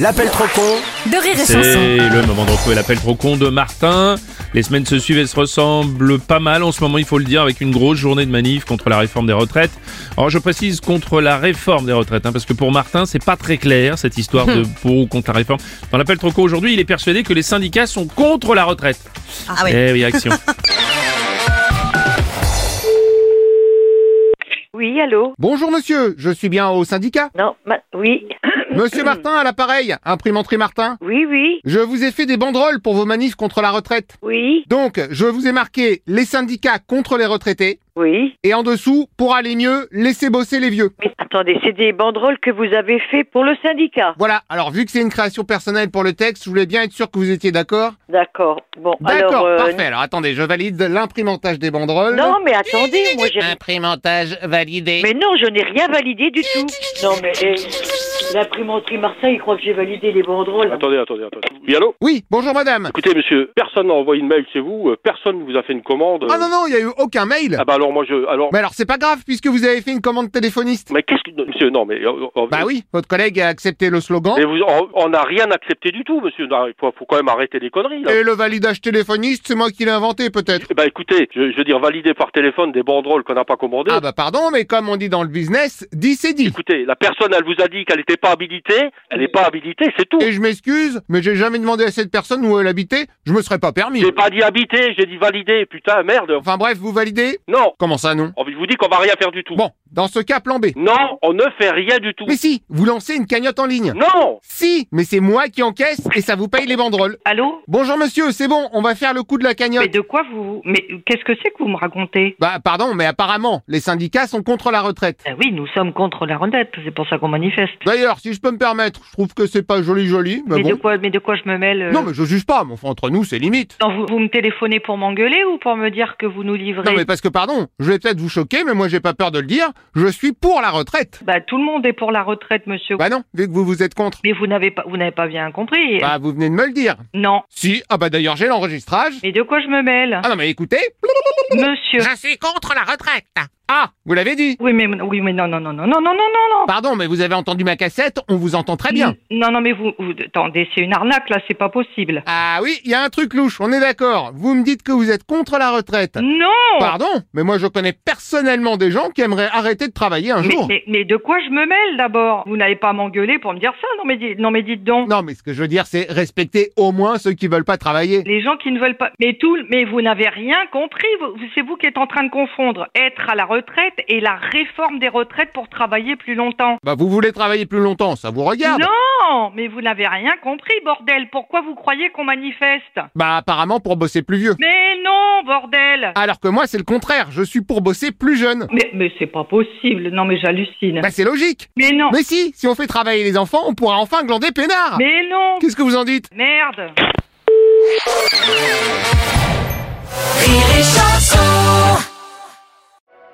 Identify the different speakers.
Speaker 1: L'appel trop con
Speaker 2: de rire et
Speaker 3: C'est
Speaker 2: chanson.
Speaker 3: le moment de retrouver l'appel trop con de Martin. Les semaines se suivent et se ressemblent pas mal en ce moment, il faut le dire, avec une grosse journée de manif contre la réforme des retraites. Alors je précise contre la réforme des retraites, hein, parce que pour Martin, c'est pas très clair cette histoire de
Speaker 4: Hum.
Speaker 3: pour ou contre la réforme. Dans l'appel trop con aujourd'hui, il est persuadé que les syndicats sont contre la retraite.
Speaker 2: Ah oui.
Speaker 3: Eh oui, action.
Speaker 5: Oui, allô
Speaker 4: Bonjour monsieur, je suis bien au syndicat.
Speaker 5: Non, ma- oui.
Speaker 4: Monsieur Martin à l'appareil, imprimanterie Martin.
Speaker 5: Oui, oui,
Speaker 4: Je vous ai fait des banderoles pour vos manifs contre la retraite.
Speaker 5: oui,
Speaker 4: Donc, je vous ai marqué les syndicats contre les retraités
Speaker 5: oui.
Speaker 4: et en dessous, pour aller mieux, laissez bosser les vieux.
Speaker 5: Mais attendez, c'est des banderoles que vous avez fait pour le syndicat.
Speaker 4: Voilà, alors vu que c'est une création personnelle pour le texte, je voulais bien être sûr que vous étiez d'accord.
Speaker 5: D'accord. Bon, alors.
Speaker 4: D'accord,
Speaker 5: euh,
Speaker 4: parfait. Alors attendez, je valide l'imprimantage des banderoles.
Speaker 5: Non, mais attendez, moi j'ai.
Speaker 4: Imprimantage validé.
Speaker 5: Mais non, je n'ai rien validé du tout. Non, mais eh, l'imprimanterie Marseille, il croit que j'ai validé les banderoles.
Speaker 6: Attendez, attendez, attendez. Oui, allô
Speaker 4: Oui, bonjour madame.
Speaker 5: Euh.
Speaker 6: Écoutez, monsieur, personne n'a envoyé une mail chez vous, euh, personne ne vous a fait une commande. euh.
Speaker 4: Ah non, non, il n'y a eu aucun mail.
Speaker 6: Ah bah alors moi je... Alors...
Speaker 4: Mais alors c'est pas grave puisque vous avez fait une commande téléphoniste.
Speaker 6: Mais qu'est-ce que... non, Monsieur, non mais... euh, euh,
Speaker 4: Bah oui, votre collègue a accepté le slogan.
Speaker 6: Mais vous, on on n'a rien accepté du tout, monsieur. Non, Il faut, faut quand même arrêter les conneries, là.
Speaker 4: Et le validage téléphoniste, c'est moi qui l'ai inventé peut-être.
Speaker 6: Eh Bah écoutez, je, je veux dire, valider par téléphone des banderoles qu'on n'a pas commandées.
Speaker 4: Ah bah pardon, mais comme on dit dans le business, dit c'est dit.
Speaker 6: Écoutez, la personne, elle vous a dit qu'elle n'était pas habilitée, elle
Speaker 4: Euh.
Speaker 6: n'est pas habilitée, c'est tout.
Speaker 4: Et je m'excuse, mais j'ai jamais demandé à cette personne où elle habitait, je me serais pas permis.
Speaker 6: J'ai pas dit habiter, j'ai dit valider, putain, merde.
Speaker 4: Enfin bref, vous validez
Speaker 6: Non,
Speaker 4: Comment ça non
Speaker 6: on- je vous dis qu'on va rien faire du tout.
Speaker 4: Bon, dans ce cas, plan B.
Speaker 6: Non, on ne fait rien du tout.
Speaker 4: Mais si, vous lancez une cagnotte en ligne.
Speaker 6: Non
Speaker 4: Si, mais c'est moi qui encaisse et ça vous paye les banderoles.
Speaker 7: Allô
Speaker 4: Bonjour monsieur, c'est bon, on va faire le coup de la
Speaker 7: Mais
Speaker 4: cagnotte.
Speaker 7: de quoi vous... Mais qu'est-ce que c'est que vous me racontez
Speaker 4: Bah pardon, mais apparemment, les syndicats sont contre la retraite.
Speaker 7: Ben oui, nous sommes contre la rendette, c'est pour ça qu'on manifeste.
Speaker 4: D'ailleurs, si je peux me permettre, je trouve que c'est pas joli joli, mais,
Speaker 7: mais, de
Speaker 4: bon.
Speaker 7: quoi, mais de quoi je me mêle euh
Speaker 4: Non mais je juge pas, mais enfin entre nous, c'est limite.
Speaker 7: Non, vous, vous me téléphonez pour m'engueuler ou pour me dire que vous nous livrez
Speaker 4: Non mais parce que pardon, je vais peut-être vous choquer, mais moi j'ai pas peur de le dire, je suis pour la retraite.
Speaker 7: Bah tout le monde est pour la retraite, monsieur.
Speaker 4: Bah non, vu que vous vous êtes contre.
Speaker 7: Mais vous n'avez pas, vous n'avez pas bien compris.
Speaker 4: Bah vous venez de me le dire.
Speaker 7: Euh. Non.
Speaker 4: Si, ah bah d'ailleurs j'ai l'enregistrage.
Speaker 7: Mais de quoi je me mêle
Speaker 4: Ah non mais écoutez,
Speaker 7: Monsieur...
Speaker 4: suis contre la retraite. Ah, vous l'avez dit.
Speaker 7: Oui mais, oui, mais non, non, non, non, non, non, non, non, non.
Speaker 4: Pardon, mais vous avez entendu ma cassette, on vous entend très bien.
Speaker 7: Non, non, mais vous... vous- attendez, c'est une arnaque, là, c'est pas possible.
Speaker 4: Ah oui, il y a un truc louche, on est d'accord. Vous me dites que vous êtes contre la retraite.
Speaker 7: Non
Speaker 4: Pardon, mais moi je connais personnellement des gens qui aimeraient arrêter de travailler un
Speaker 7: mais,
Speaker 4: jour.
Speaker 7: mais, mais de quoi je me mêle d'abord Vous n'allez pas à m'engueuler pour me dire ça Non mais, dis- non mais dites donc.
Speaker 4: Non, mais ce que je veux dire, c'est respecter au moins ceux qui veulent pas travailler.
Speaker 7: Les gens qui ne veulent pas. Mais tout. Mais vous n'avez rien compris. vous- C'est vous qui êtes en train de confondre être à la retraite et la réforme des retraites pour travailler plus longtemps.
Speaker 4: Bah, vous voulez travailler plus longtemps, ça vous regarde.
Speaker 7: Non, mais vous n'avez rien compris, bordel. Pourquoi vous croyez qu'on manifeste
Speaker 4: Bah, apparemment pour bosser plus vieux.
Speaker 7: Mais non, bordel.
Speaker 4: Alors que moi, c'est le contraire, je suis pour bosser plus jeune.
Speaker 7: Mais, mais c'est pas possible. Non, mais j'hallucine.
Speaker 4: Bah, c'est logique.
Speaker 7: Mais non.
Speaker 4: Mais si, si on fait travailler les enfants, on pourra enfin glander peinard.
Speaker 7: Mais non.
Speaker 4: Qu'est-ce que vous en dites
Speaker 7: Merde.